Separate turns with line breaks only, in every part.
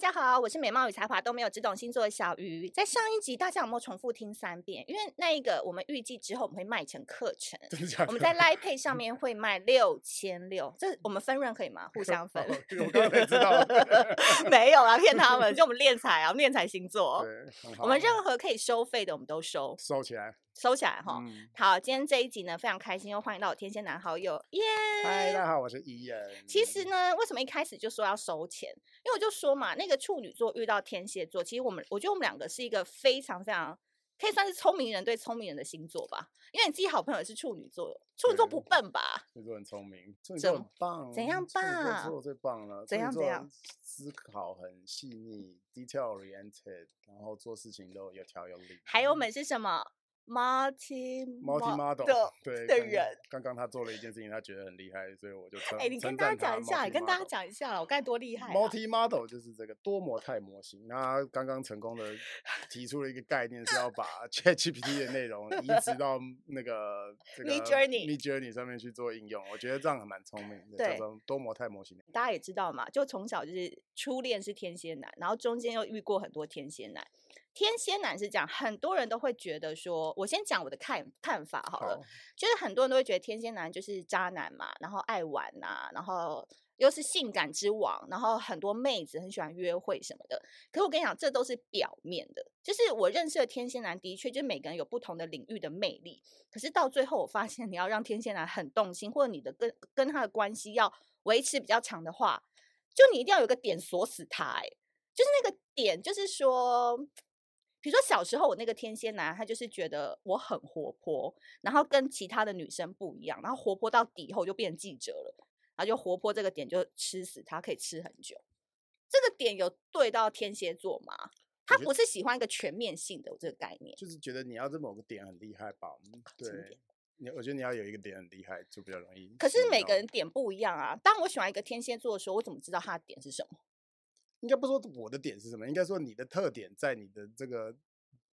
家好，我是美貌与才华都没有，只懂星座的小鱼。在上一集，大家有没有重复听三遍？因为那一个我们预计之后我们会卖成课程，
真的假的？
我们在 Line Pay
嗯
上面会卖六千六，这我们分润可以吗？互相分
哦这个我刚才知道了。
没有啊，骗他们，就我们练财啊，我们练财星座。
对，很好啊
我们任何可以收费的，我们都收，
收起来。
收起来哈。
嗯
好，今天这一集呢，非常开心，又欢迎到我天蝎男好友耶。
嗨，大家好，我是伊人。
嗯其实呢，为什么一开始就说要收钱？因为我就说嘛，那个处女座遇到天蝎座，其实我们我觉得我们两个是一个非常非常可以算是聪明人对聪明人的星座吧。因为你自己好朋友也是处女座，处女座不
对
笨吧？
处女座很聪明，处女
怎
座很棒，
怎样
处女
棒
座做得最棒了，
怎
处女
样怎
座
样
思考很细腻，detail oriented，然后做事情都有条有理。
还有我们是什么 multi
multi
mod-
model
的 的
对刚刚
人。
刚刚他做了一件事情，他觉得很厉害，所以我就称。
哎、你跟
称
大家
赞他
讲一下，你跟大家
multi-model
讲一下啦，我该多厉害、啊！
Multi model 就是这个多模态模型。那刚刚成功的提出了一个概念，是 要把 ChatGPT 的内容移植到 那个这个
Midjourney
Mid Journey 上面去做应用。我觉得这样还蛮聪明的，
对
叫做多模态模型。
大家也知道嘛，就从小就是初恋是天蝎男，然后中间又遇过很多天蝎男。天蝎男是这样，很多人都会觉得说，我先讲我的看看法好了，就是很多人都会觉得天蝎男就是渣男嘛，然后爱玩呐、然后又是性感之王，然后很多妹子很喜欢约会什么的。可是我跟你讲，这都是表面的，就是我认识的天蝎男的确就是每个人有不同的领域的魅力，可是到最后，我发现你要让天蝎男很动心，或者你的跟跟他的关系要维持比较长的话，就你一定要有个点锁死他、欸。就是那个点，就是说，比如说小时候我那个天蝎男，他就是觉得我很活泼，然后跟其他的女生不一样，然后活泼到底后就变记者了，然后就活泼这个点就吃死他，可以吃很久。这个点有对到天蝎座吗？他
觉得
不是喜欢一个全面性的这个概念。
就是觉得你要在某个点很厉害吧？嗯
经
对
典，
你我觉得你要有一个点很厉害，就比较容易。
可是每个人点不一样啊。当我喜欢一个天蝎座的时候，我怎么知道他的点是什么？
应该不说我的点是什么，应该说你的特点在你的这个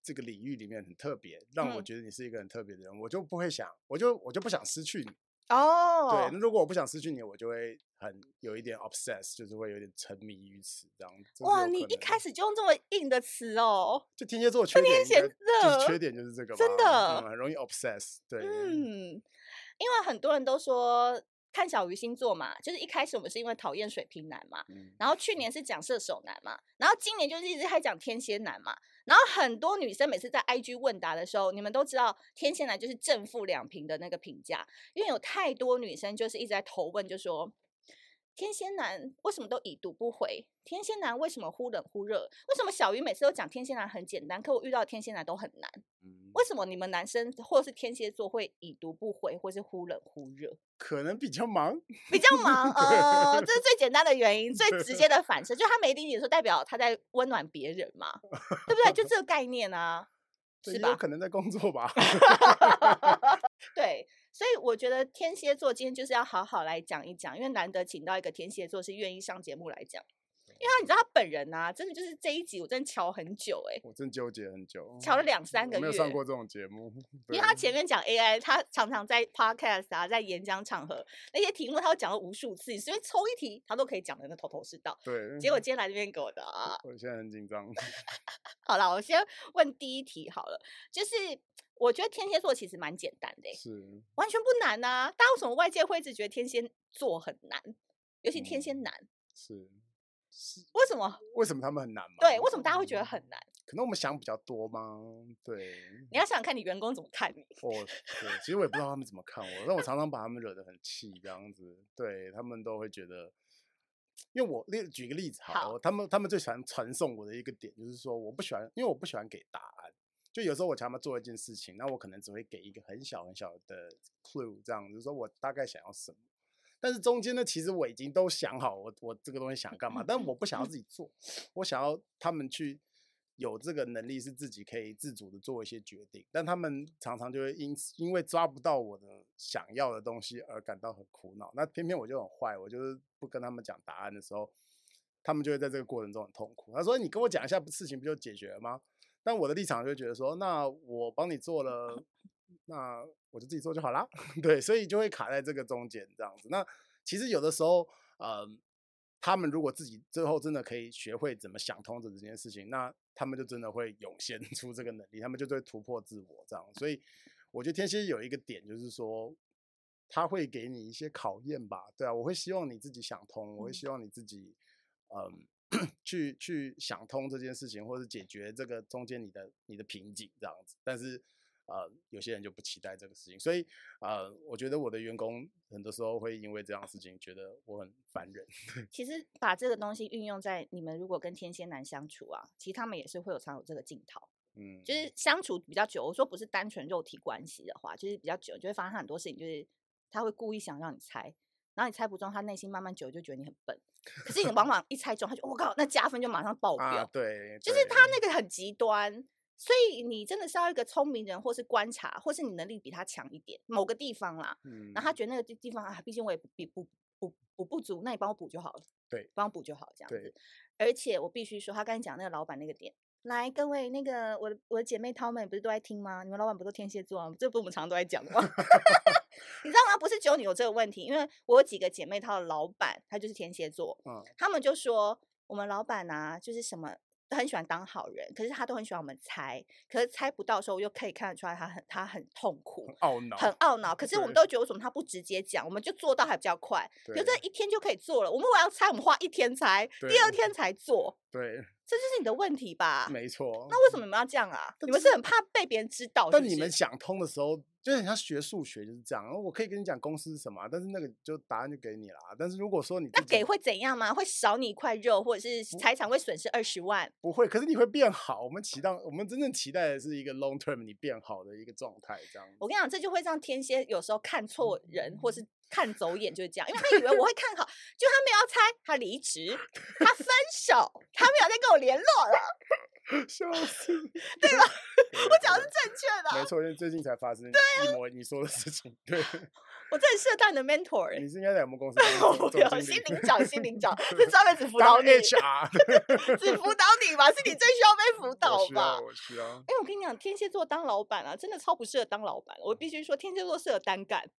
这个领域里面很特别，让我
嗯
觉得你是一个很特别的人，我就不会想，我就我就不想失去你。
哦
对，那，如果我不想失去你，我就会很有一点 obsess，就是会有点沉迷于此这样。这是
哇，
有
你
可
一
能
开始就用这么硬的词哦。
就天蝎座的缺点
天
应
蝎
该，就是
座
缺点就是这个吧，
真的
嗯很容易 obsess。对，
嗯，因为很多人都说看小鱼星座嘛，就是一开始我们是因为讨厌水瓶男嘛，
嗯，
然后去年是讲射手男嘛，然后今年就是一直在讲天蝎男嘛。然后很多女生每次在 IG 问答的时候，你们都知道天蝎男就是正负两评的那个评价，因为有太多女生就是一直在投问，就说天蝎男为什么都已读不回？天蝎男为什么忽冷忽热？为什么小鱼每次都讲天蝎男很简单，可我遇到的天蝎男都很难？
嗯
为什么你们男生或是天蝎座会已读不回，或是忽冷忽热？
可能比较忙，
比较忙，呃，这是最简单的原因，最直接的反射，就他没理你的时候，代表他在温暖别人嘛，对不对？就这个概念啊，
对
是
也有
吧
可能在工作 吧。
对，所以我觉得天蝎座今天就是要好好来讲一讲，因为难得请到一个天蝎座是愿意上节目来讲，因为他你知道他本人啊，真的就是这一集我真的瞧很久、欸，
我真纠结很久，嗯
瞧了两三
我
个
没有上
月
过这种节目，
因为他
对
前面讲 AI，他常常在 podcast 啊，在演讲场合那些题目，他都讲了无数次，所以抽一题他都可以讲的那头头是道。
对，
结果今天来这边给我的啊，
我现在很紧张。
好了，我先问第一题好了，就是我觉得天蝎座其实蛮简单的欸、
是，
完全不难呐、大家为什么外界会一直觉得天蝎座很难？尤其天蝎
嗯
男，
是是，
为什么？
为什么他们很难吗？
对，为什么大家会觉得很
嗯？
难？
可能我们想比较多吗？对，
你要想想看你员工怎么看你。
我对，其实我也不知道他们怎么看我，但我常常把他们惹得很气，这样子，对他们都会觉得，因为我例举个例子好
好
了，他们他们最喜欢传送我的一个点就是说，我不喜欢，因为我不喜欢给答案，就有时候我想要做一件事情，那我可能只会给一个很小很小的 clue，这样就是说我大概想要什么。但是中间呢，其实我已经都想好我我这个东西想干嘛，但我不想要自己做，我想要他们去有这个能力，是自己可以自主的做一些决定。但他们常常就会因此因为抓不到我的想要的东西而感到很苦恼。那偏偏我就很坏，我就是不跟他们讲答案的时候，他们就会在这个过程中很痛苦。他说：“你跟我讲一下，不事情不就解决了吗？”但我的立场就会觉得说：“那我帮你做了，那我就自己做就好 啦。”对，所以就会卡在这个中间这样子。那其实有的时候，嗯、他们如果自己最后真的可以学会怎么想通这件事情，那他们就真的会涌现 出这个能力，他们就会突破自我这样。所以我觉得天蝎有一个点就是说，他会给你一些考验吧，对啊，我会希望你自己想通，我会希望你自己嗯 去去想通这件事情，或者解决这个中间你的你的瓶颈这样子，但是。呃，有些人就不期待这个事情，所以呃，我觉得我的员工很多时候会因为这样的事情觉得我很烦人。
其实把这个东西运用在你们如果跟天蝎男相处啊，其实他们也是会有常有这个镜头，
嗯，
就是相处比较久。我说不是单纯肉体关系的话，就是比较久，你就会发现他很多事情就是他会故意想让你猜，然后你猜不中，他内心慢慢久就觉得你很笨。可是你 往往一猜中，他就我、靠，那加分就马上爆表。
啊，对，
就是
对嗯
他那个很极端，所以你真的是要一个聪明人，或是观察，或是你能力比他强一点，某个地方啦。
嗯，
然后他觉得那个地地方啊，毕竟我也不比不不不不足，那你帮我补就好了，
对，
帮我补就好这样
对
子。而且我必须说，他刚才讲那个老板那个点。来，各位，那个我的我的姐妹她们不是都在听吗？你们老板不都天蝎座吗？这不是我们常常都在讲的吗？ 你知道吗？不是只有你有这个问题，因为我有几个姐妹，她的老板他就是天蝎座，
嗯
他们就说我们老板啊，就是什么都很喜欢当好人，可是他都很喜欢我们猜，可是猜不到的时候又可以看得出来他很他很痛苦
很。懊恼，
很懊恼，可是我们
对
都觉得为什么他不直接讲，我们就做到还比较快，就这
对
一天就可以做了。我们如果要猜，我们花一天猜，第二
对
天才做，
对，
这就是你的问题吧？
没错。
啊那为什么你们要这样啊？你们是很怕被别人知道是
但
不
你们
是
想通的时候，就很像学数学就是这样。然后我可以跟你讲公式是什么啊，但是那个就答案就给你啦。但是如果说你
那
自己
给会怎样吗？会少你一块肉，或者是财产会损失二十万？
不会，可是你会变好。我们期待，我们真正期待的是一个 long term 你变好的一个状态，这样子。
我跟你讲，这就会让天蝎有时候看错人，或是看走眼，就是这样。因为他以为我会看好，就他没有要猜，他离职，他分手，他没有再跟我联络了。
笑死，
对 吧？
我
我讲的是正确的
没
啊，
错，因为最近才发生一模你说的事情。对，
我真的适合当你的 mentor 欸、
你是应该在我们公司
我不要
总经
心
理，
灵长，心灵长，这专门只辅
当哎
导你，
HR，
只辅导你吧，是你最需要被辅导
我需
吧
要，？我需要。
哎、我跟你讲，天蝎座当老板啊，真的超不适合当老板。我必须说，天蝎座适合单干，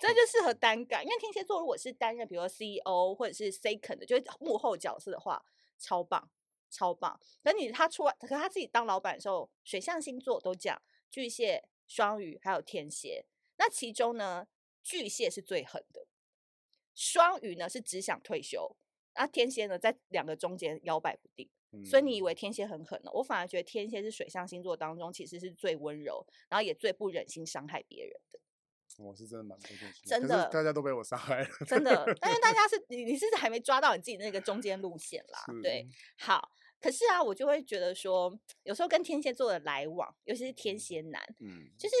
真的就适合单干。因为天蝎座如果是担任，比如说 CEO 或者是 second 的，就是幕后角色的话，超棒，超棒。可你他出来，可他自己当老板的时候，水象星座都讲巨蟹、双鱼还有天蝎。那其中呢，巨蟹是最狠的，双鱼呢是只想退休，那天蝎呢在两个中间摇摆不定。所以
嗯
你以为天蝎很狠哦呢？我反而觉得天蝎是水象星座当中其实是最温柔，然后也最不忍心伤害别人的，
嗯我是真的蛮不顺心
真
可是
的
大家都被我伤害了。
真 的。但是大家是你你是还没抓到你自己那个中间路线啦，对，好。可是啊，我就会觉得说，有时候跟天蝎座的来往，尤其是天蝎男，
是，嗯，
就是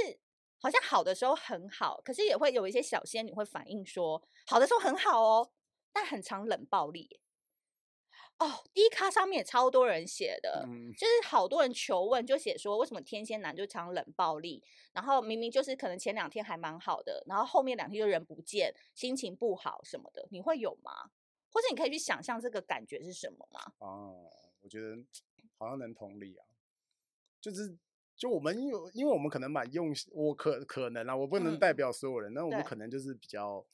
好像好的时候很好，可是也会有一些小仙女会反映说，好的时候很好哦，但很常冷暴力耶。哦，第一咖上面也超多人写的，
嗯
就是好多人求问，就写说为什么天蝎男就常冷暴力，然后明明就是可能前两天还蛮好的，然后后面两天就人不见，心情不好什么的，你会有吗？或者你可以去想象这个感觉是什么吗？
哦，我觉得好像能同理啊，就是就我们因为因为我们可能蛮用心，我可可能啊，我不能代
嗯
表所有人，那、我们
对
可能就是比较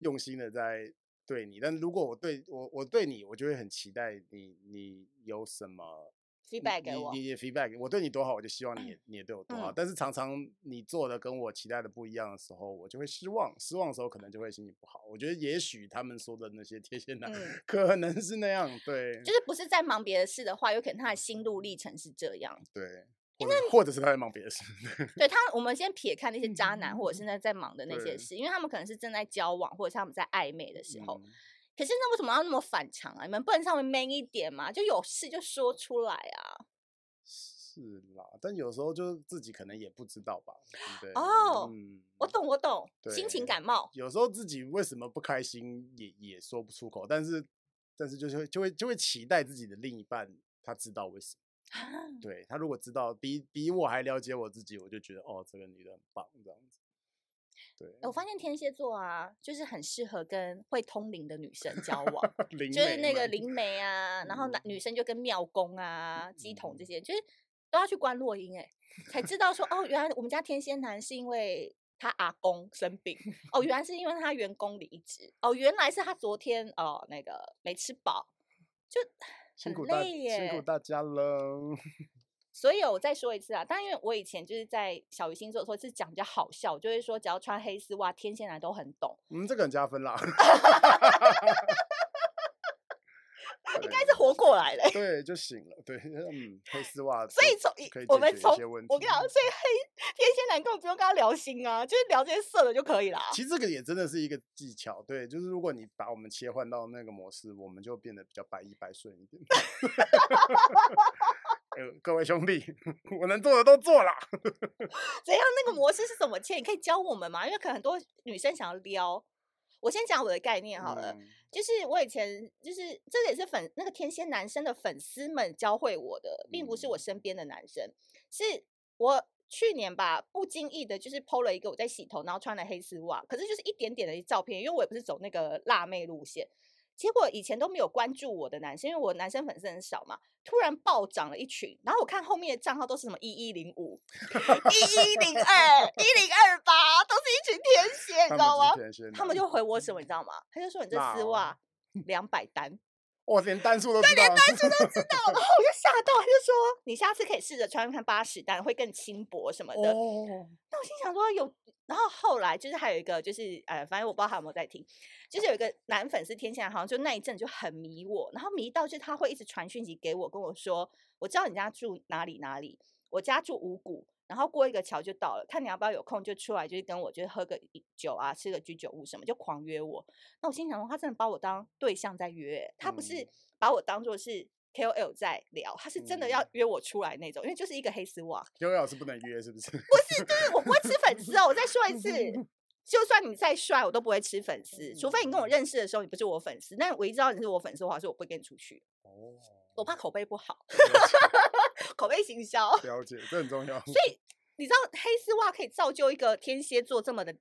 用心的在对你，但如果我对我我对你，我就会很期待你你有什么你
feedback 给
你
我
你也 feedback，我对你多好，我就希望你也你也对我多好。
嗯
但是常常你做的跟我期待的不一样的时候，我就会失望，失望的时候可能就会心情不好。我觉得也许他们说的那些天蝎男、
嗯
可能是那样，对，
就是不是在忙别的事的话，有可能他的心路历程是这样。
对，或者或者是他在忙别的事，
对他，我们先撇开那些渣男或者是那在忙的那些
嗯对
事，因为他们可能是正在交往或者是他们在暧昧的时候。
嗯
可是那为什么要那么反常啊？你们不能稍微 man 一点嘛？就有事就说出来啊！
是啦，但有时候就是自己可能也不知道吧，对不对？
哦
嗯
我。懂，我懂，心情
对
感冒。
有时候自己为什么不开心也也说不出口，但是但是就是会就会就会期待自己的另一半他知道为什么。对他如果知道比比我还了解我自己，我就觉得哦，这个女的很棒这样子。
我发现天蝎座啊，就是很适合跟会通灵的女 生交往，
对，灵
就是
媒
那个
们嗯
灵媒啊，然后男女生就跟庙公啊、鸡桶这些，就是都要去观落音哎、才知道说哦，原来我们家天蝎男是因为他阿公生病，哦，原来是因为他员工离职，哦，原来是他昨天哦那个没吃饱，就
辛
很
苦大
累
辛苦
耶。
大家了。
所以我再说一次啊，但因为我以前就是在小鱼星座的时候是讲比较好笑，我就会说只要穿黑丝袜，天蝎男都很懂。
嗯，这个很加分啦。
应该是活过来的欸、
对就行了，对，嗯，黑丝袜就。
所以从
可以
我
解
们
决一
从
些问
我跟你
题
讲，所以黑天蝎男根本不用跟他聊心啊，就是聊这些色的就可以啦。啊
其实这个也真的是一个技巧，对，就是如果你把我们切换到那个模式，我们就变得比较百依百顺一点。 呃，各位兄弟，我能做的都做了。
怎样那个
嗯
模式是怎么切？你可以教我们吗？因为可能很多女生想要撩。我先讲我的概念好了，
嗯
就是我以前就是这个也是粉那个天蝎男生的粉丝们教会我的，并不是我
嗯
身边的男生，是我去年吧不经意的，就是 PO 了一个我在洗头，然后穿了黑丝袜，可是就是一点点的照片，因为我也不是走那个辣妹路线。结果以前都没有关注我的男生，因为我男生粉丝很少嘛，突然暴涨了一群。然后我看后面的账号都是什么一一零 五、一一零二、一零二八，都是一群天蝎，你知
他们
道
只是
吗？
天蝎
他们
男
就回我什么，你知道吗？他就说你这
辣
丝
哦
袜两百单，
哇，连单数都知道，连单数都
知道，然哦后我就吓到，他就说你下次可以试着穿看八十单，会更轻薄什么的。
哦，
那我心想说有，然后后来就是还有一个就是呃，反正我不知道他有没有在听，就是有一个男粉丝天蝎男，好像就那一阵就很迷我，然后迷到就是他会一直传讯息给我，跟我说我知道你家住哪里哪里，我家住五谷，然后过一个桥就到了，看你要不要有空就出来，就是跟我就是喝个一酒啊，吃个居酒屋什么，就狂约我。那我心想说，他真的把我当对象在约，他不是
嗯
把我当做是 KOL 在聊，他是真的要
嗯
约我出来那种，因为就是一个黑丝袜。
悠悠老师不能约是不是？
我不会吃粉丝哦，我再说一次，就算你再帅，我都不会吃粉丝，除非你跟我认识的时候你不是我粉丝。但我一知道你是我粉丝的话，所以我不会跟你出去，
哦，
我怕口碑不好，
了
口碑行销。
解了解，这很重 要。
你知道黑丝袜可以造就一个天蝎座这么的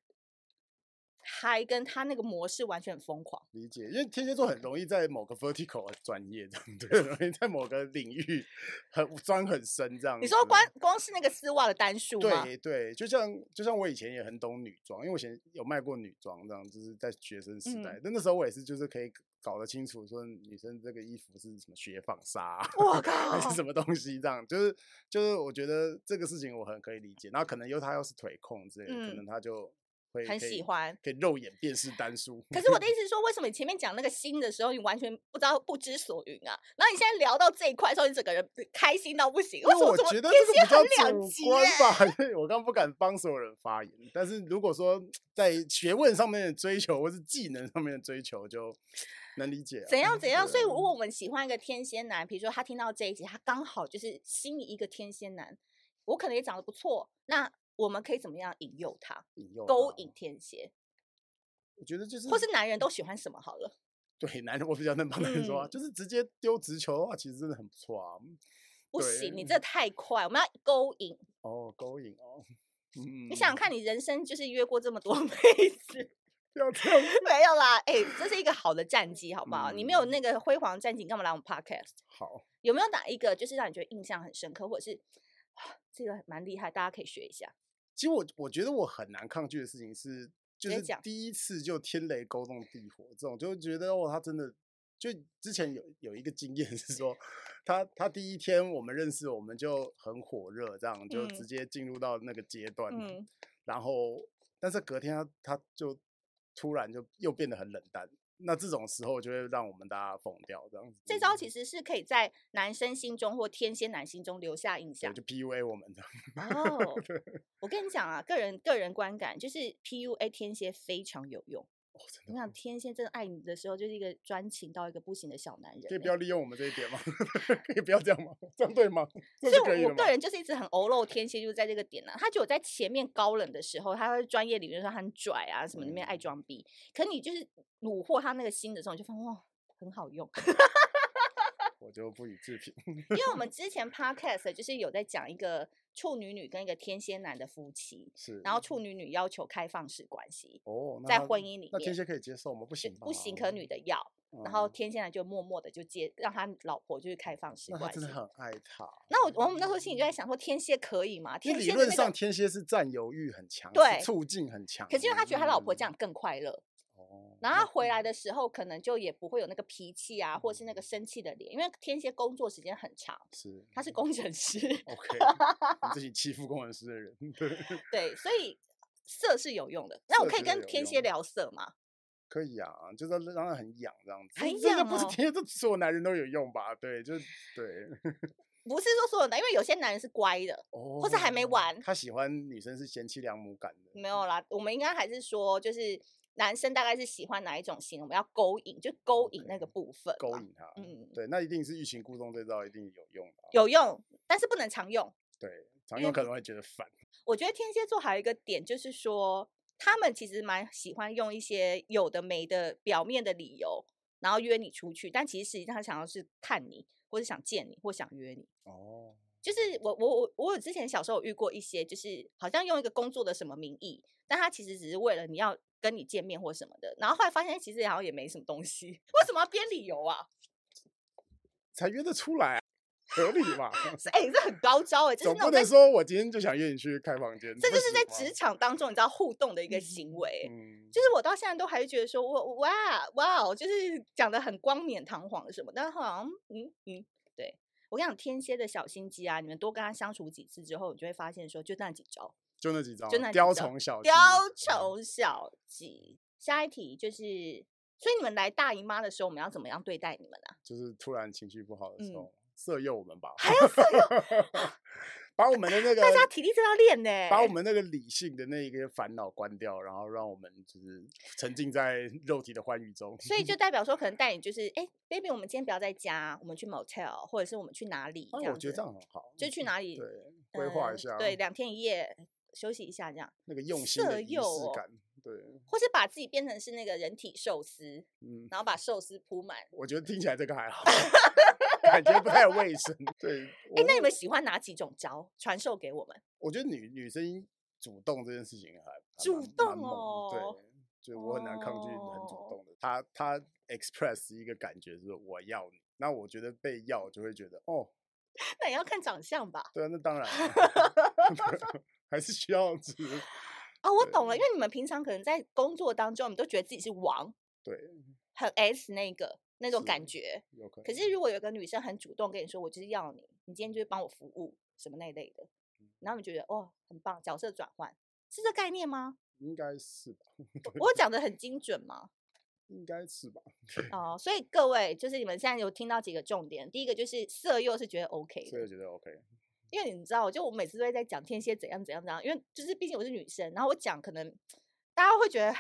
嗨，跟他那个模式完全很疯狂。
理解，因为天蝎座很容易在某个 vertical 很专业，这样 对，很容易在某个领域很钻很深这样子。啊
你说光光是那个丝袜的单数吗？
嗯对对，就像就像我以前也很懂女装，因为我以前有卖过女装，这样就是在学生时
嗯
代。但那时候我也是就是可以搞得清楚，说女生这个衣服是什么雪纺纱啊、
我
还是
靠！
什么东西，这样就是就是我觉得这个事情我很可以理解。然后可能因为他又是腿控之类的，可
嗯
能他就会
很
可以
喜欢
可以肉眼辨识单数。
可是我的 意思是说，为什么你前面讲那个新的时候，你完全不知道不知所云啊？然后你现在聊到这一块的时候，你整个人嗯开心到不行。
因
为
为
什么
我
怎么
觉得
天
这个
蝎
比较
很两
主
极
观
耶
吧，因为我刚不敢帮所有人发言。但是如果说在学问上面的追求，或是技能上面的追求，就能理解、啊。
怎样怎样？所以
对
如果我们喜欢一个天蝎男，比如说他听到这一集，他刚好就是心仪一个天蝎男，我可能也长得不错，那我们可以怎么样引诱他，
引诱
勾
他
引，天蝎，
我觉得就是，
或是男人都喜欢什么？好了，
对男人，我比较能帮男人说话，
嗯
就是直接丢直球的话，其实真的很不错啊。
不
对
行，你这太快，我们要勾引。
哦，勾引哦，嗯，
你想想看，你人生就是约过这么多 妹子，
不要这样子，
没有啦，哎、这是一个好的战绩，好不好？你没有
嗯
那个辉煌战绩，你干嘛来我们 podcast？
好，
有没有哪一个就是让你觉得印象很深刻，或者是啊这个蛮厉害，大家可以学一下？
其实我我觉得我很难抗拒的事情是，
直
就
接
是
讲
第一次就天雷勾动地火这种，就觉得哦，他真的就之前有有一个经 验是说，他他第一天我们认识，我们就很火热，这样就
嗯
直接进入到那个阶段，
嗯。
然后但是隔天他他就突然就又变得很冷淡，那这种时候就会让我们大家疯掉这样子。
这招其
实
实是可以在男生心中或天蝎男心中留下印象
就 PUA 我们这样，
哦。我跟你讲啊，个人个人观感就是 PUA 天蝎非常有用。
哦，真的
你想天蝎真的爱你的时候，就是一个专情到一个不行的小男人欸、
可以不要利用我们这一点吗？ 可以不要这样吗？ 这样对吗？这
所
是可
以
以
我，
的
我
吗
个？人就是一直很欧露天蝎，就是在这个点呢、他只有在前面高冷的时候，他会专业理论说他很拽啊，什么里面爱
嗯
装逼。可你就是虏获他那个心的时候，你就发现哇，很好用。
我就不予置评。
因为我们之前 podcast 就是有在讲一个处女女跟一个天蝎男的夫妻，
是，
然后处女女要求开放式关系，
哦，那
在
他
婚姻里
那天
面
蝎可以接受吗？不行吧，
不行，可女的要。然后
哦嗯
天蝎男就默默的就接让他老婆就是开放式
那他
关系
真的。很爱他。
那我我们那时候心里就在想说，天蝎可以吗？
因
天
为
蝎
理
的
论
那
上
个，
天蝎是占有欲很强，是
对
促进很强。
可是因为他觉得他老婆
嗯
这样，更快乐，
哦
然后他回来
的，
的时候可能就也不会有那个脾气啊，或是那个生气的脸，因为天蝎工作时间很长，
是
他是工程师，
OK，你自己欺负工程师的人，对，
对，所以色是有用的。那我
色
可以
绝对
跟
有
天
用
蝎聊色吗？
可以啊，就是要让他很痒这样子，
很
这个
痒
不是
哦
天蝎，这所有男人都有用吧？对，就是对，
不是说所有的，因为有些男人是乖的，
哦，
是还没完
他喜欢女生是贤妻良母感的，
没有啦，我们应该还是说，就是男生大概是喜欢哪一种型，我们要勾引，就勾引那个
OK，
部分嘛，
勾引他，
嗯
对，那一定是欲擒故纵这招一定有用的啊，
有用，但是不能常用。
对，常
因为
用可能会觉得烦，
我觉得天蝎座还有一个点就是说，他们其实蛮喜欢用一些有的没的表面的理由，然后约你出去，但其实实际上他想要是看你，或者想见你，或想约你。
哦，
就是我我我我有之前小时候有遇过一些，就是好像用一个工作的什么名义，但他其实只是为了你要跟你见面或什么的，然后后来发现其实好像也没什么东西， 为什么要编理由 啊？
才约得出来啊，合理 吧？
是哎、这很高招哎、这是
总
那种
不
在
能说我今天就想约你去开房间，
这就是在职
职，
场当中你知道互动的一个行为欸、
嗯，
就是我到现在都还是觉得说，我哇哇哦，就是讲的很冠冕堂皇的什么，但好像嗯嗯，对我跟你讲，天蝎的小心机啊，你们多跟他相处几次之后，你就会发现说，就那几招。
就那几招
就那，几
雕
招
虫小技
雕
嗯
虫小技。下一题就是，所以你们来大姨妈的时候，我们要怎么样对待你们呢、啊
就是突然情绪不好的时
嗯
候，色诱我们吧，
还要色诱啊
把我们的那个
大家体力真的要练呢、
呃把我们那个理性的那一个烦恼关掉，然后让我们就是沉浸在肉体的欢愉中。
所以就代表说，可能带你就是，哎、b a b y 我们今天不要在家，我们去 motel，或者是我们去哪里？
啊
这样
我觉得
子
这样很好，嗯
就去哪里
对规划一
呃
下，啊
对，两天一夜休息一下这样，
那个用心
色
的仪
诱
式
哦
感，对，
或是把自己变成是那个人体寿司，
嗯，
然后把寿司铺满。
我觉得听起来这个还好， 感觉不太卫生。对，
哎、
我
那你们喜欢哪几种招？传授给我们。
我觉得女女生主动这件事情还还
主
蛮蛮
动
猛的
哦
对，就我很难抗拒很主
哦
动的。她她 express 一个感觉是我要你，那我觉得被要就会觉得哦，
那也要看长相吧。
对啊，那当然啊 还是需要吃。
哦，我
对
懂了，因为你们平常可能在工作当中，你都觉得自己是王，
对，
很 S 那个那种
是
感觉。
有可能。
可是如果有个女生很主动跟你说，我就是要你，你今天就是帮我服务什么那一类的，然后你觉得哦很棒，角色转换是这概念吗？
应该是吧，
我讲的很精准吗？
应该是吧，
哦，所以各位就是你们现在有听到几个重点，第一个就是色诱是觉得 OK
所以
的
我，觉得 OK。
因为你知道，就我每次都会在讲天蝎怎样怎样怎样，因为就是毕竟我是女生，然后我讲可能大家会觉得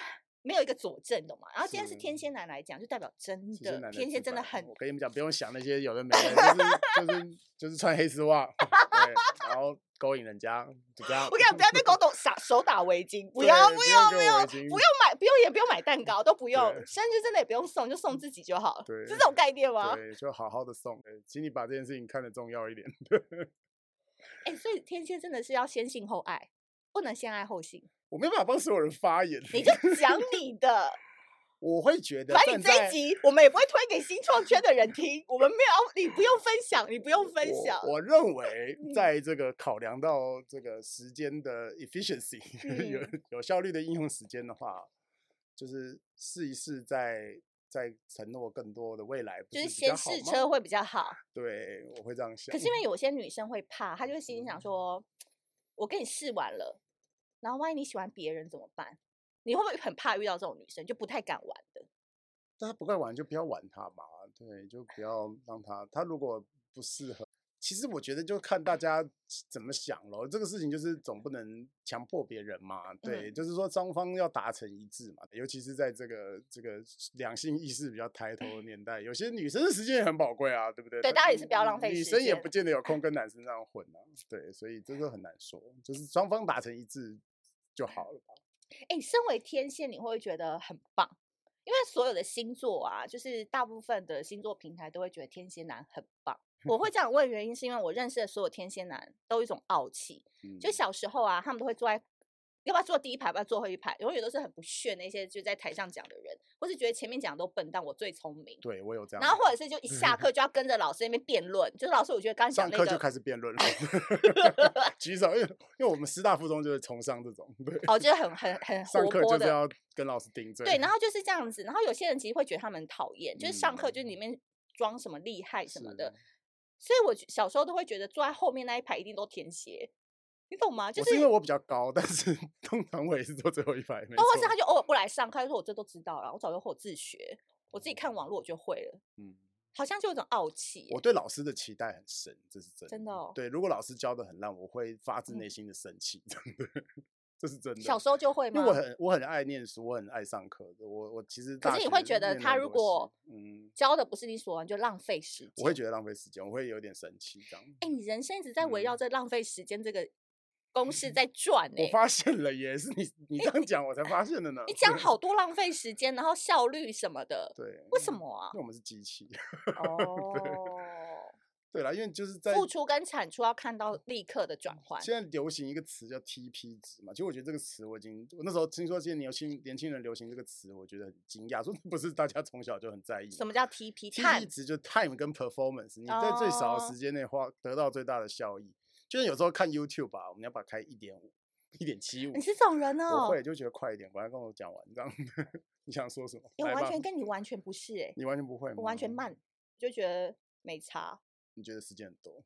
没有一个佐证，懂吗？然后今天是
是
天蝎男来讲，就代表真
其实
的
男
天蝎
自
真的
白
很
我跟你们讲，不用想那些有的没的， 就是就是就是穿黑丝袜， 对，然后勾引人家，就这样。
我跟你讲，不要被狗懂手手打围巾，不要
对
不
不
要
要
不
给我
要
围
不
巾
用买，不用也不用买蛋 糕，都不用，
对嗯
生日真的也不用送，就送自己就好了，
对
是这种概念吗？
对，就好好的送，对请你把这件事情看得重要一点。
哎、所以天蝎真的是要先性后爱，不能先爱后性，
我没办法帮所有人发言，
你 就讲你的。
我会觉得
反正你
站
这
在
一集，我们也不会推给新创圈的人 听，我们没有，你不用分享，你不用分
我
享。嗯
我认为，在这个考量到这个时间的 efficiency、有
嗯
有效率的应用时间的话，就是试一试再再承诺更多的未来，不
就是
是比较
先
好
试
吗
车。会比较好，
对，我会这样想。
可是因为有些女生会怕，她就会心里想
嗯
说：“我跟你试完了，然后万一你喜欢别人怎么办？”你会不会很怕遇到这种女生，就不太敢玩的？
但他不该玩就不要玩他嘛，对，就不要让他。他如果不适合，其实我觉得就看大家怎么想咯。这个事情就是总不能强迫别人嘛，
嗯
对，就是说双方要达成一致嘛。尤其是在这个这个两性意识比较抬头的年代，有些女生的时间也很宝贵啊，对不对？
对
她
大家也是不要浪费
女
时
生也
间
不见得有空跟男生这样混啊，对，所以这个很难说，就是双方达成一致就好了吧。
哎，身为天蝎，你会不会觉得很棒？因为所有的星座啊，就是大部分的星座平台都会觉得天蝎男很棒。我会这样问，原因是因为我认识的所有天蝎男都有一种傲气，
嗯
就小时候啊，他们都会坐在要不要坐第一排，要不要坐后一排，永远都是很不屑那些就在台上讲的人，或是觉得前面讲都笨蛋，我最聪明。
对啊我有这样的。
然后或者是就一下课就要跟着老师那边辩论，就是老师，我觉得刚讲
上
那
课就
个
开始辩论了， 举手，因为因为我们师大附中就是崇尚这种，对，
哦，就是很很很
上
活
课
泼
就是
的，
要跟老师顶嘴。
对，然后就是这样子。然后有些人其实会觉得他们很讨厌，就是上课
嗯
就里面装什么厉害什么的
是。
所以我觉小时候都会觉得坐在后面那一排一定都填写，你懂吗？就
我是因为我比较高，但是 通常我也是坐最后一排，没
包括哦是啊
错
他就偶尔不来上课，他就说我这都知道了，我早就会我自学，我自己看网络我就会了，
嗯，
好像就有一种傲气耶。
我对老师的期待很深，这是真的。
真的哦
对，如果老师教的很烂，我会发自
嗯
内心的生气， 真的，这是真的。
小时候就会
因
吗
为？我很我很爱念书，我很爱上课的，我我其实
可
大
是你
学
会觉得
念了
他
很
如
多
果
系嗯，
教的不是你所望，就浪费时间。
我会觉得浪费时间，我会有点生气这样。
哎、你人生一直在围
嗯
绕着浪费时间这个公式在转哎、
我发现了耶，是你你这 样讲我才发现的呢。
你讲好多浪费时间，然后效率什么的，
对，
为什么啊
因？为我们是机器。
哦，
对啦，因为就是在嗯
付出跟产出要看到立刻的转换。
现在流行一个词叫 TP 值嘛，其实我觉得这个词我已经，我那时候听说现在年轻年轻人流行这个词，我觉得很惊讶，说不是大家从小就很在意吗。
什么叫 TP？看
TP 值就是 time 跟 performance，你在最少的
哦
时间内花得到最大的效益。就像有时候看 YouTube 吧，我们要把它开一点五、一点七五
你，是这种人
我
哦、
会就觉得快一点，把它跟我讲完这样。你想说什么？
哎我
来
完
吧
全跟你完全不是哎、
你完全不会吗，
我完全慢，就觉得没差，
你觉得时间很多，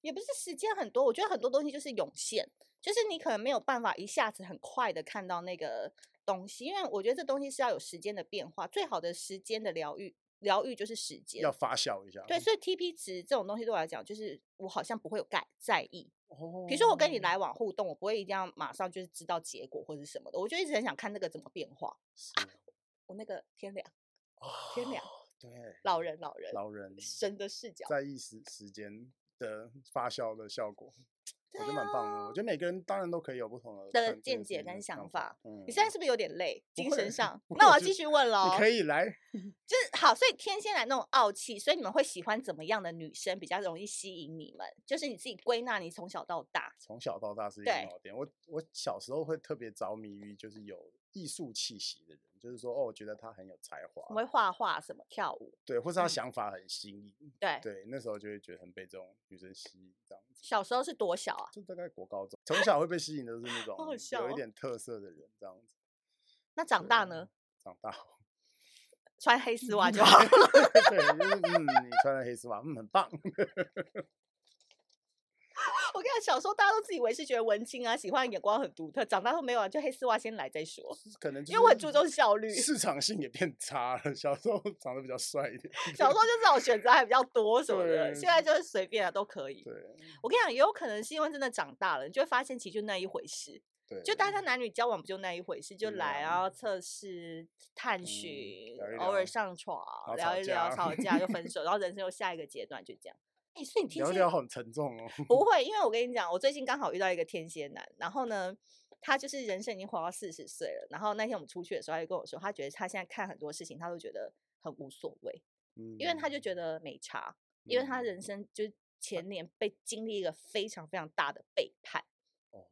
也不是时间很多，我觉得很多东西就是涌现，就是你可能没有办法一下子很快的看到那个东西，因为我觉得这东西是要有时间的变化，最好的时间的疗愈，疗愈就是时间
要。发酵一下。
对，，所以 TP 值这种东西对我来讲，就是我好像不会有概在意。
哦
比如说我跟你，来往互动，我不会一定要马上就是知道结果或者什么的，我就一直很想看那个怎么变化。
是
我那个天 凉天
天
凉
哦对
老人，老人，
老人
神的视角，
在意时时间的发酵的效果，我
对啊
觉得蛮棒的。我觉得每个人当然都可以有不同的
的
看这
见
件事
解
情
跟
的
想法。
嗯
你现在是不是有点累？精
会
神上？
不
那
会
我要
就
继续问喽。
你可以来，
就是好，所以天蝎男那种傲气，所以你们会喜欢怎么样的女生比较容易吸引你们？就是你自己归纳，你从小到大，
从小到大是一个
对
很好的点。我我小时候会特别着迷于就是有艺术气息的人，就是说哦，我觉得他很有才
你
华
会，画画、什么跳舞，
对，或是他
嗯
想法很新颖，
对。
对，那时候就会觉得很被这种女生吸引，这样子。
小时候是多小啊？
就大概国高中，从小会被吸引的都是那种
好好笑
有一
哦
点特色的人，这样子。
那长
对
大
啊
呢？？
长大后，
穿黑
嗯
丝袜就好了。
对，就是嗯，你穿了黑丝袜，嗯，很棒。
我跟你讲，小时候大家都自以为是，觉得文青啊，喜欢的眼光很独特。长大后没有啊，就黑丝袜先来再说。
可能就
因为我很
是
注重效率，
市场性也变差了。小时候长得比较帅一点，
小时候就这种选择还比较多什么的，
对
现在就是随便啊都可以。
对
我跟你讲，也有可能是因为真的长大了，你就会发现其实就那一回事。
对，
就大家男女交往不就那一回事，就
嗯对
来
啊嗯
然后测试、探寻
聊一，
偶
聊
尔上床
后
聊
吵
一聊，
架
吵架就分手，然后人生又下一个阶段，就这样。哎、所以你天
聊
蝎
聊很沉重哦。
不会，因为我跟你讲，我最近刚好遇到一个天蝎男，然后呢，他就是人生已经活到四十岁了，然后那天我们出去的时候，他就跟我说，他觉得他现在看很多事情，他都觉得很无所谓，因为他就觉得没差，因为他
嗯
人生就是前年被经历一个非常非常大的背叛。
嗯哦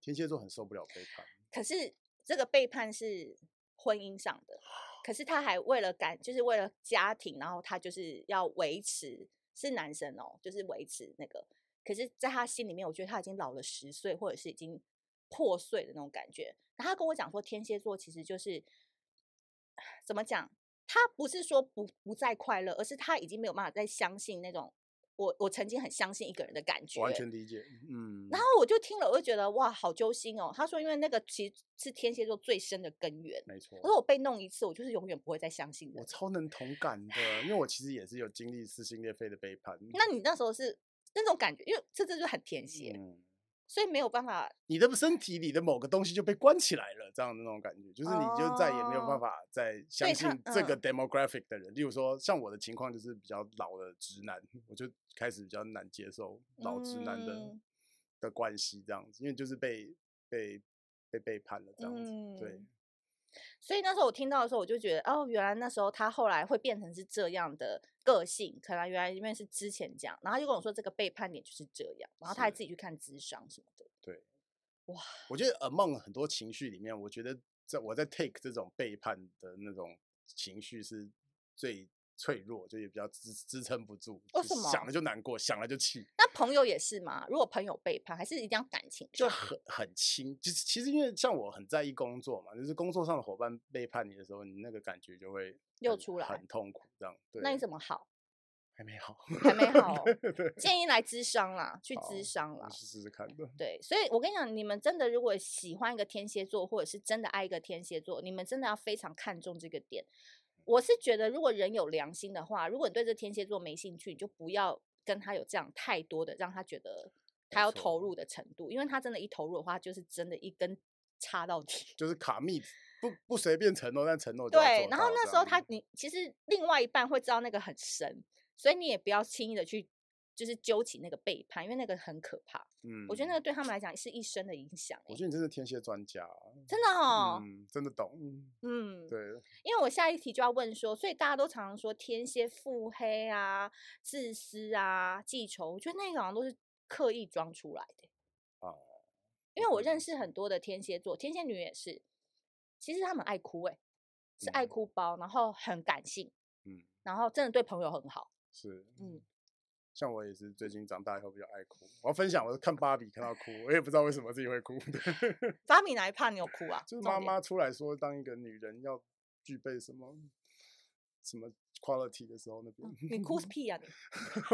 天蝎座很受不了背叛，
可是这个背叛是婚姻上的，可是他还为了感，就是为了家庭，然后他就是要维持，是男生哦，就是维持那个。可是，在他心里面，我觉得他已经老了十岁，或者是已经破碎的那种感觉。然后他跟我讲说，天蝎座其实就是怎么讲？他不是说不不再快乐，而是他已经没有办法再相信那种我我曾经很相信一个人的感觉，
完全理解。嗯，
然后我就听了，我就觉得哇，好揪心哦。他说，因为那个其实是天蝎座最深的根源。
没错
我。说我被弄一次，我就是永远不会再相信
我
人。
超能同感的，因为我其实也是有经历撕心裂肺的背叛。
那你那时候是那种感觉，因为这这就很天蝎，
嗯，
所以没有办法。
你的身体里的某个东西就被关起来了，这样的那种感觉，就是你就再也没有
哦
办法再相
对
信
他嗯
这个 demographic 的人。例如说，像我的情况就是比较老的直男，我就开始比较难接受老直男的、
嗯
的关系这样子，因为就是被被被背叛了这样子。对
嗯，所以那时候我听到的时候，我就觉得哦，原来那时候他后来会变成是这样的个性，可能原来因为是之前这样，然后他就跟我说这个背叛点就是这样，然后他还
是
自己去看智商什么的。
对，
哇，
我觉得 among 很多情绪里面，我觉得在我在 take 这种背叛的那种情绪是最脆弱，就也比较支支撑不住。
为
就
什么
想了就难过，想了就气，
那朋友也是吗？如果朋友背叛，还是一定要感情
就
上？
很很轻。其实其实因为像我很在意工作嘛，就是工作上的伙伴背叛你的时候，你那个感觉就会
又
很
出来
很痛苦。这样，对
那你怎么好？
还没好？
还 没好
对对，
建议来咨商啦，去
好
咨商啦
我。去试试看的。
对，所以我跟你讲，你们真的如果喜欢一个天蝎座，或者是真的爱一个天蝎座，你们真的要非常看重这个
嗯
点。我是觉得，如果人有良心的话，如果你对这天蝎座没兴趣，你就不要跟他有这样太多的让他觉得他
没
要
错
投入的程度，因为他真的，一投入的话，就是真的一根插到底。
就是卡密不不随便承诺，但承诺就要
对
做，
然后
到
那
这
时候
样
他你其实另外一半会知道那个很深，所以你也不要轻易的去就是揪起那个背叛，因为那个很可怕。
嗯，
我觉得那个对他们来讲是一生的影响欸、
我觉得你真是天蝎专家啊，
真的哦，
嗯，真的懂，嗯
嗯，
对，
因为我下一题就要问说，所以大家都常常说天蝎腹黑啊、自私啊、记仇，我觉得那个好像都是刻意装出来的。
啊，
因为我
嗯
认识很多的天蝎座，天蝎女也是，其实她们爱哭、欸，是爱
嗯
哭包，然后很感性，
嗯，
然后真的对朋友很好，
是，
嗯。
像我也是最近长大以后比较爱哭，我要分享，我是看芭比看到哭，我也不知道为什么自己会哭，对，
发米哪一怕你有哭啊？
就是
重
妈
点
妈出来说，当一个女人要具备什么什么 quality 的时候，那边，
你哭是屁啊你！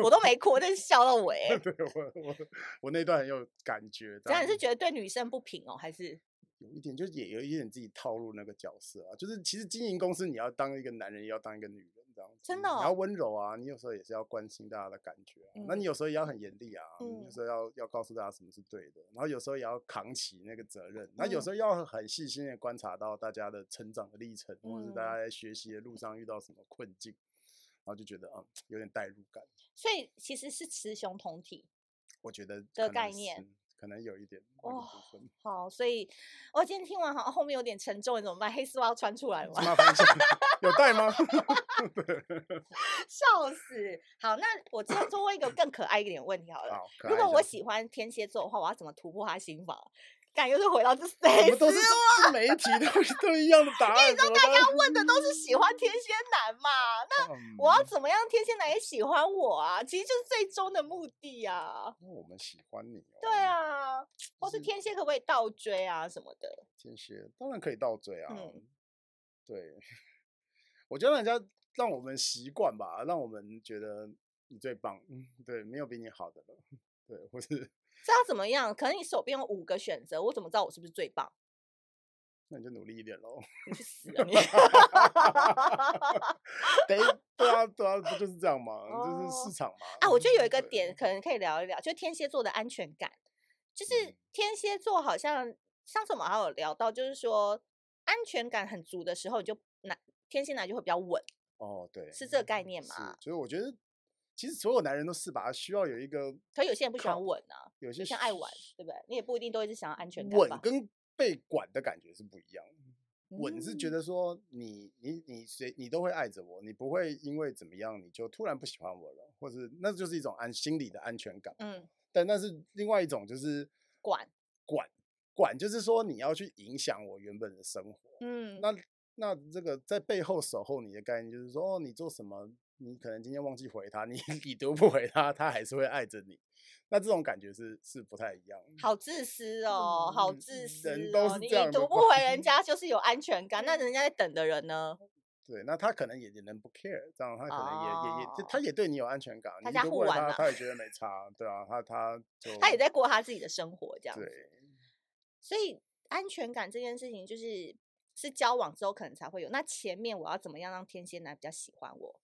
我都没哭，我真是笑到我哎、欸。
对我我我那段很有感觉，
怎样？
但
你是觉得对女生不平哦，还是
有一点，就是也有一点自己套路那个角色啊，就是其实经营公司，你要当一个男人，也要当一个女人这样子，
真
你
的
要
哦
温柔啊，你有时候也是要关心大家的感觉啊，那你有时候也要很严厉啊，你有
嗯
时候要要告诉大家什么是对的，然后有时候也要扛起那个责任，那有
嗯
时候要很细心的观察到大家的成长的历程，或者是大
嗯
家在学习的路上遇到什么困境，然后就觉得啊、有点代入感，
所以其实是雌雄同体
我觉得
的
可能
概念
是，可能有一点那个
哇
部分
好，所以我、哦今天听完好像后面有点沉重，你怎么办？黑丝袜要穿出来了吗？
麻烦一下 有 带吗？
笑死！好，那我最后问一个更可爱一点的问题好了。
好，可
如
爱
果
一
我
下
喜欢天蝎座的话，我要怎么突破他心法？感又是回到这啊
我
谁？
们都是这每一题都是都一样的答案。你知道大
要问的都是喜欢天蝎男嘛？那
嗯
我要怎么样天蝎男也喜欢我啊？其实就是最终的目的啊。
因为我们喜欢你、哦。
对，啊，或是
是
天蝎可不可以倒追啊什么的？
天蝎当然可以倒追啊。
嗯
对， 我觉得人家让我们习惯吧，让我们觉得你最棒。 嗯，对，没有比你好的了。对，或是
这要怎么样？可能你手边有五个选择，我怎么知道我是不是最棒？
那你就努力一点 喽。
你去死啊你！
得，对啊，对啊，不就是这样吗？就是
哦
市场嘛。
啊，我觉得有一个
对
点可能可以聊一聊，就天蝎座的安全感，就是
嗯
天蝎座好像上次我们好像有聊到，就是说安全感很足的时候，你就男天蝎男就会比较稳，
哦，对，
是这个概念
是
吗？
所以我觉得，其实所有男人都是吧，需要有一个
可有些人不喜欢
靠
稳啊。
有些
就像爱
需
玩，对不对？你也不一定都一直想要安全感
稳
吧？
跟被管的感觉是不一样的。稳是觉
嗯
得说你你你谁你都会爱着我，你不会因为怎么样你就突然不喜欢我了，或是那就是一种安心理的安全感。
嗯，
但那是另外一种就是
管，
管管，就是说你要去影响我原本的生活。
嗯，
那那这个在背后守候你的概念，就是说哦，你做什么，你可能今天忘记回他，你 已读不回他，他还是会爱着你。那这种感觉是是不太一样的。
好自私哦，好
嗯
自
人
私
都
哦
是
你
这样
已读
的嗯
不
吧
回 人家就是有安全感，那人家在等的人呢？
对，那他可能也也能不 care，这样他可能也、也也，就他
哦
也对你有安全感，
大
你
家
如
互
果
玩
他
嘛
他也觉得没差，对啊，他他就
他也在过他自己的生活，这样子。
对，
所以安全感这件事情，就是是交往之后可能才会有。那前面我要怎么样让天蝎男比较喜欢我？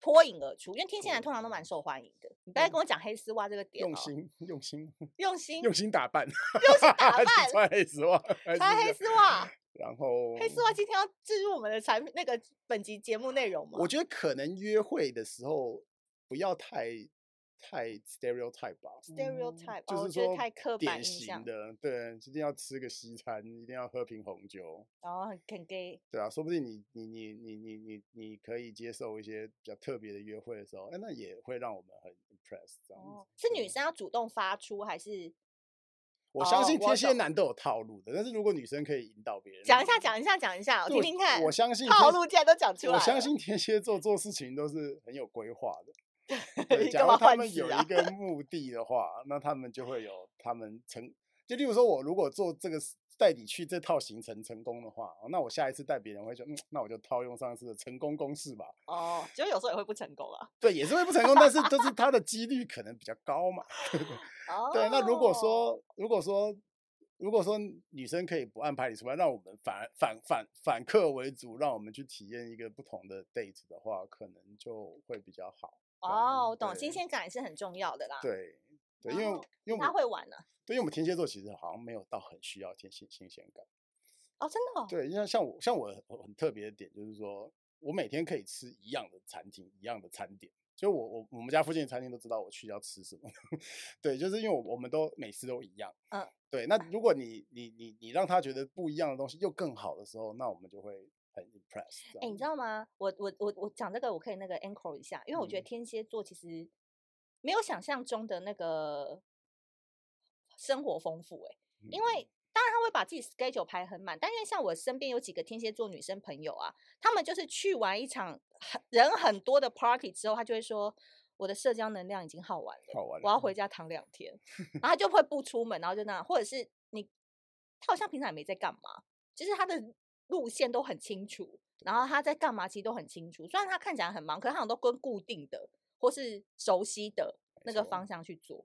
脱颖而出，因为天蝎男通
脱
常
颖
都
而
蛮受欢迎的。你不要再
嗯
跟我讲黑丝袜这个点
用
哦，
心用心
用心
用心打扮，
用心打
还是
扮
穿黑丝袜，还
穿
是嗯
黑
这
丝
样
袜，
然后
黑丝袜今天要置入我们的产品那个本集节目内容吗？
我觉得可能约会的时候不要太太 stereotype 吧嗯
Stereotype，哦
就
我
是
觉得
说
太刻板
典
印
型
象
的，对，一定要吃个西餐，一定要喝瓶红酒，
然后很很 gay，
对啊，说不定你你你你你你你可以接受一些比较特别的约会的时候，哎，那嗯
哦
也会让我们很 impressed 这样子。
哦，是
对
女生要主动发出还是？
我相
哦
信
我
天蝎
懂
男都有套路的，但是如果女生可以引导别人，
讲一下，讲一下，讲一下，我
对
听听看。
嗯我相信
套
天
路竟然都讲出来
我相
了
信天蝎座做事情都是很有规划的。
你
对，
干
假
嘛
如他
换
们
词
有
啊
一个目的的话，那他们就会有他们成。就例如说，我如果做这个带你去这套行程成功的话，哦那我下一次带别人会说，嗯，那我就套用上次的成功公式吧。
哦，就有时候也会不成功啊。
对，也是会不成功，但是就是它的几率可能比较高嘛。
哦，
对，那如果说如果说如果说女生可以不按牌理出牌，让我们反反反反客为主，让我们去体验一个不同的 date 的话，可能就会比较好。
哦，我懂，
对
新鲜感也是很重要的啦。，
对对，因为
哦
因为
他
我们
会玩呢、
对，因为我们天蝎座其实好像没有到很需要天新新鲜感。
哦，真的、哦。
对，啊像像我像我我很特别的点就是说，我每天可以吃一样的餐厅，一样的餐点。就我我我们家附近的餐厅都知道我去要吃什么， 对，就是因为我我们都每次都一样，
嗯，
对。那如果你你你你让他觉得不一样的东西又更好的时候，那我们就会很 impressed 这样子。
哎、你知道吗？我我我我讲这个，我可以那个 anchor 一下，因为我觉得
嗯
天蝎座其实没有想象中的那个生活丰富、欸，因
嗯
为当然他会把自己 schedule 排很满，但因为像我身边有几个天蝎座女生朋友啊，她们就是去完一场很人很多的 party 之后，她就会说我的社交能量已经耗完了，
好嗯玩，
我要回家躺两天，然后他就会不出门，然后就那样，或者是你，他好像平常也没在干嘛，就是他的路线都很清楚，然后他在干嘛其实都很清楚。虽然他看起来很忙，可是他好像都跟固定的或是熟悉的那个
错
方向去做。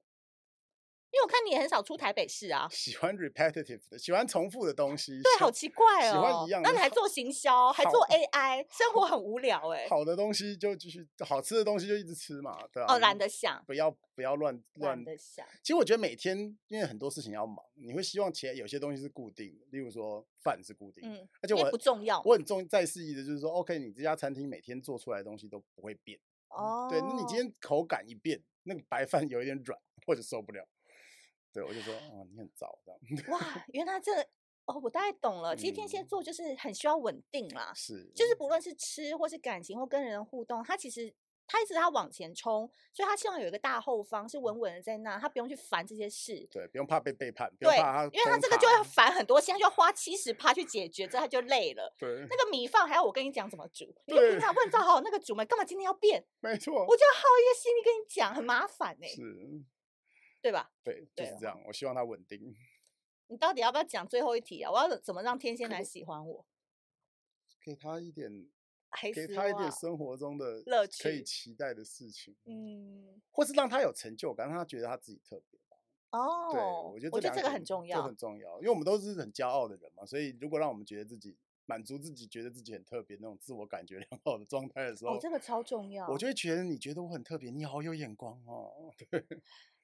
因为我看你也很少出台北市啊，
嗯喜欢 repetitive 的，喜欢重复的东西。
对，
喜
好
欢
奇怪
喜欢
哦
一。样
那
的
你还
好
做行销，还做
好
AI，生活很无聊哎、
好的东西就继续，好吃的东西就一直吃嘛，对啊，
哦，懒
你
得想，
不要不要乱
懒
乱
得想。
其实我觉得每天因为很多事情要忙，你会希望其实有些东西是固定的，例如说饭是固定的，
嗯，
而
因
且
为
我
不重要
我很重在示意的就是说，OK，你这家餐厅每天做出来的东西都不会变。
哦。
对，那你今天口感一变，那个白饭有一点软或者受不了，对我就说哦，你很糟这样。
哇，原来这哦，我大概懂了。其实天蝎
嗯
座就是很需要稳定啦，
是，
啊
嗯
就是不论是吃或是感情或跟人的互动，他其实他一直他往前冲，所以他希望有一个大后方是
嗯
稳稳的在那，他不用去烦这些事。
对，不用怕被背叛，不用
对，
怕他
因为他
崩
这个就要
塌
烦很多心，他就要花七十趴去解决，这他就累 了。
对，
那个米饭还要我跟你讲怎么煮，你就平
对
常问照好好那个煮嘛，干嘛今天要变？
没错
我，就要耗一些心力跟你讲，很麻烦呢、
是，
对吧？
对，就
对啊
是
了
这样。我希望他稳定。
你到底要不要讲最后一题啊？我要怎么让天蝎男喜欢我？
给他一点，
黑
给
丝
他一点
袜
生活中的
乐
可以
趣
期待的事情，
嗯。
或是让他有成就感，让他觉得他自己特别。
哦，
对，我觉得
我觉得
这两
这个很
点
重
这
要。
很重要，因为我们都是很骄傲的人嘛，所以如果让我们觉得自己满足自己，觉得自己很特别那种自我感觉良好的状态的时候，
哦，这个超重要。
我就会觉得你觉得我很特别，你好有眼光哦。 对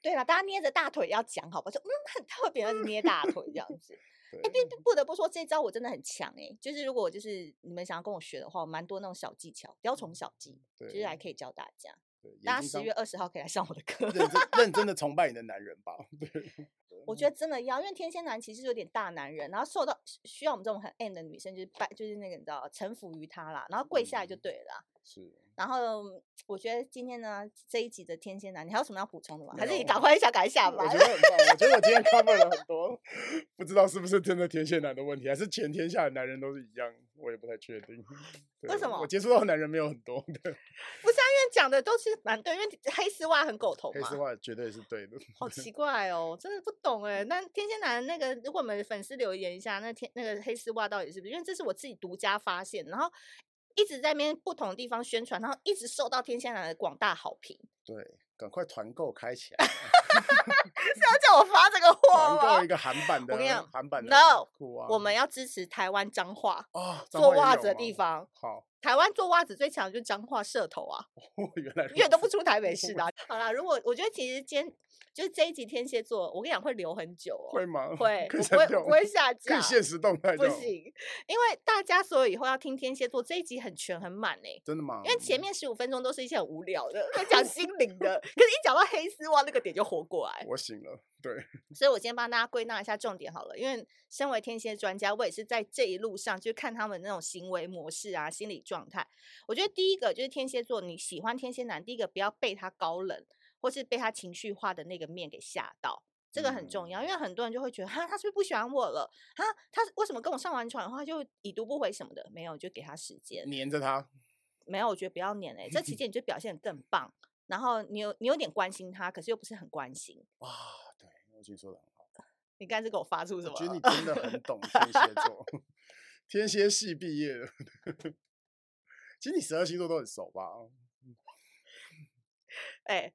对了，大家捏着大腿要讲好吧，就嗯很特别，就是捏大腿这 样子。哎，
对，
不不得不说，这招我真的很强哎、就是如果我就是你们想要跟我学的话，我蛮多那种小技巧，雕虫小技，就是还
嗯对
可以教大家。
对眼
大家
睛
十
张
月二十号可以来上我的课。
认真认真的崇拜你的男人吧。 对，
我觉得真的要，因为天蝎男其实有点大男人，然后受到需需要我们这种很 M 的女生，就是拜，就是那个你知道，臣服于他啦，然后跪下来就
嗯
对了啦。
是
然后我觉得今天呢这一集的天蝎男，你还有什么要补充的吗？还
没
是你
有
赶快想改啊下吧
我。觉得很棒，我觉得我今天 cover 了很多， 不知道是不是真的天蝎男的问题，还是全天下的男人都是一样，我也不太确定。 对
为什
我
么
我接触到的男人没有很多， 对，
不是啊，因为讲的都是蛮对，因为黑丝袜很狗头
黑
嘛
丝，袜绝对是对的。
好奇怪哦，真的不懂哎。那天蝎男那个，如果我们粉丝留言一下，那天那个黑丝袜到底是不是？因为这是我自己独家发现，然后一直在那边不同的地方宣传，然后一直受到天蝎男的广大好评。
对，赶快团购开起 来，
是要叫我发这个货
团购
吗
一？个韩版的
跟你讲，
韩版的
no，
裤啊，
我们要支持台湾彰化
啊
做袜子的地。
彰化也有吗
方。
好，
台湾做袜子最强的就是彰化社头啊，
原来 如
因为都不
此
出台北市的啊、好啦，如果我觉得其实今天就是这一集天蝎座，我跟你讲会留很久哦，
会吗？
会
可
我不
以删
会
掉
我不
吗
会下
可
架
以，现实动态
不
的哦，
行，因为大家所有以后要听天蝎座这一集很全很满嘞、
真的吗？
因为前面十五分钟都是一些很无聊 的，在讲心灵的，可是一讲到黑丝袜那个点就活过来，
我醒了，对，
所以我今天帮大家归纳一下重点好了，因为身为天蝎专家，我也是在这一路上就看他们那种行为模式啊、心理状态。我觉得第一个就是天蝎座，你喜欢天蝎男，第一个不要被他高冷或是被他情绪化的那个面给吓到，这个很重要，
嗯
因为很多人就会觉得哈，他是不是不喜欢我了？哈，他为什么跟我上完床的话就已读不回什么的？没有，就给他时间。
黏着他，
没有，我觉得不要黏哎、这 期间你就表现得更棒，然后你有你有点关心他，可是又不是很关心。
哇，对，我觉得你说的很好，
你刚才是给我发出什
我
么
觉
了？
得你真的很 懂天蝎座， 天蝎系毕业的。 其实你十二星座都很熟吧？
哎、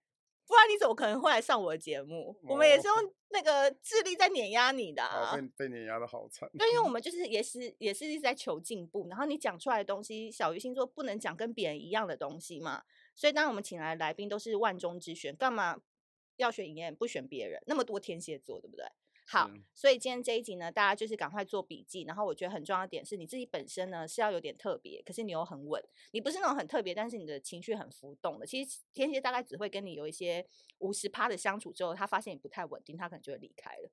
不然你怎么可能会来上我的节目？我们也是用那个智力在碾压你的、啊
好，。被被碾压的好惨。
对，因为我们就是也是也是一直在求进步，然后你讲出来的东西，小鱼星座不能讲跟别人一样的东西嘛，所以当然我们请来的来宾都是万中之选，干嘛要选妍妍不选别人？那么多天蝎座，对不对？好
是，
所以今天这一集呢，大家就是赶快做笔记。然后我觉得很重要的点是，你自己本身呢是要有点特别，可是你又很稳，你不是那种很特别，但是你的情绪很浮动的。其实天蝎大概只会跟你有一些五十趴的相处之后，他发现你不太稳定，他可能就会离开了，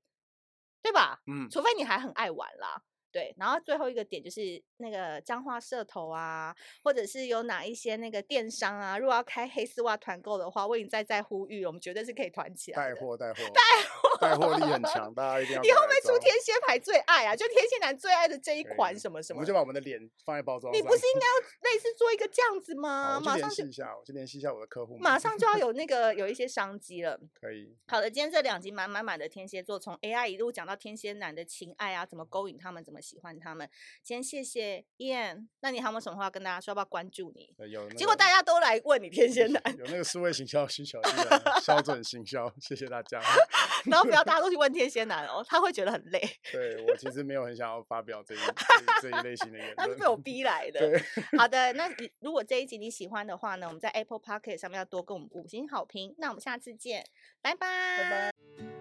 对吧？
嗯，
除非你还很爱玩啦。对，然后最后一个点就是那个彰化社头啊，或者是有哪一些那个电商啊，如果要开黑丝袜团购的话，我已经在在呼吁，我们绝对是可以团起来
带
的。
货带货带货力很强，大家一定要。
以后会不会出天？蝎牌最爱啊？就天蝎男最爱的这一
可以
款
啊
什么什
我
么
们就
的？
把我们的脸放在包装
你
上。
不是应该要类似做一个这样子
好
吗？
我去
马
联
上就
系一下，我去联系一下我的客户们。
马 上就要有那个有一些商机了。
可以。
好的，今天这两集满满满的天蝎座，从 AI 一路讲到天蝎男的情爱啊，怎么勾引他们，怎么喜欢他们。今天谢谢燕，那你还有没有什么话跟大家说？要不要关注你？
对有那个、，
结果大家都来问你天蝎男
有那个数位行销需求，记得销准行销，谢谢大家。
然后不要大家都去问天蝎男哦，他会觉得很累，
对我其实没有很想要发表这一这一这一类型的言
他是
论
被我逼来的。
对，
好的，那你如果这一集你喜欢的话呢，我们在 Apple p o c k e t 上面要多给我们五星好评。那我们下次见，拜拜
拜。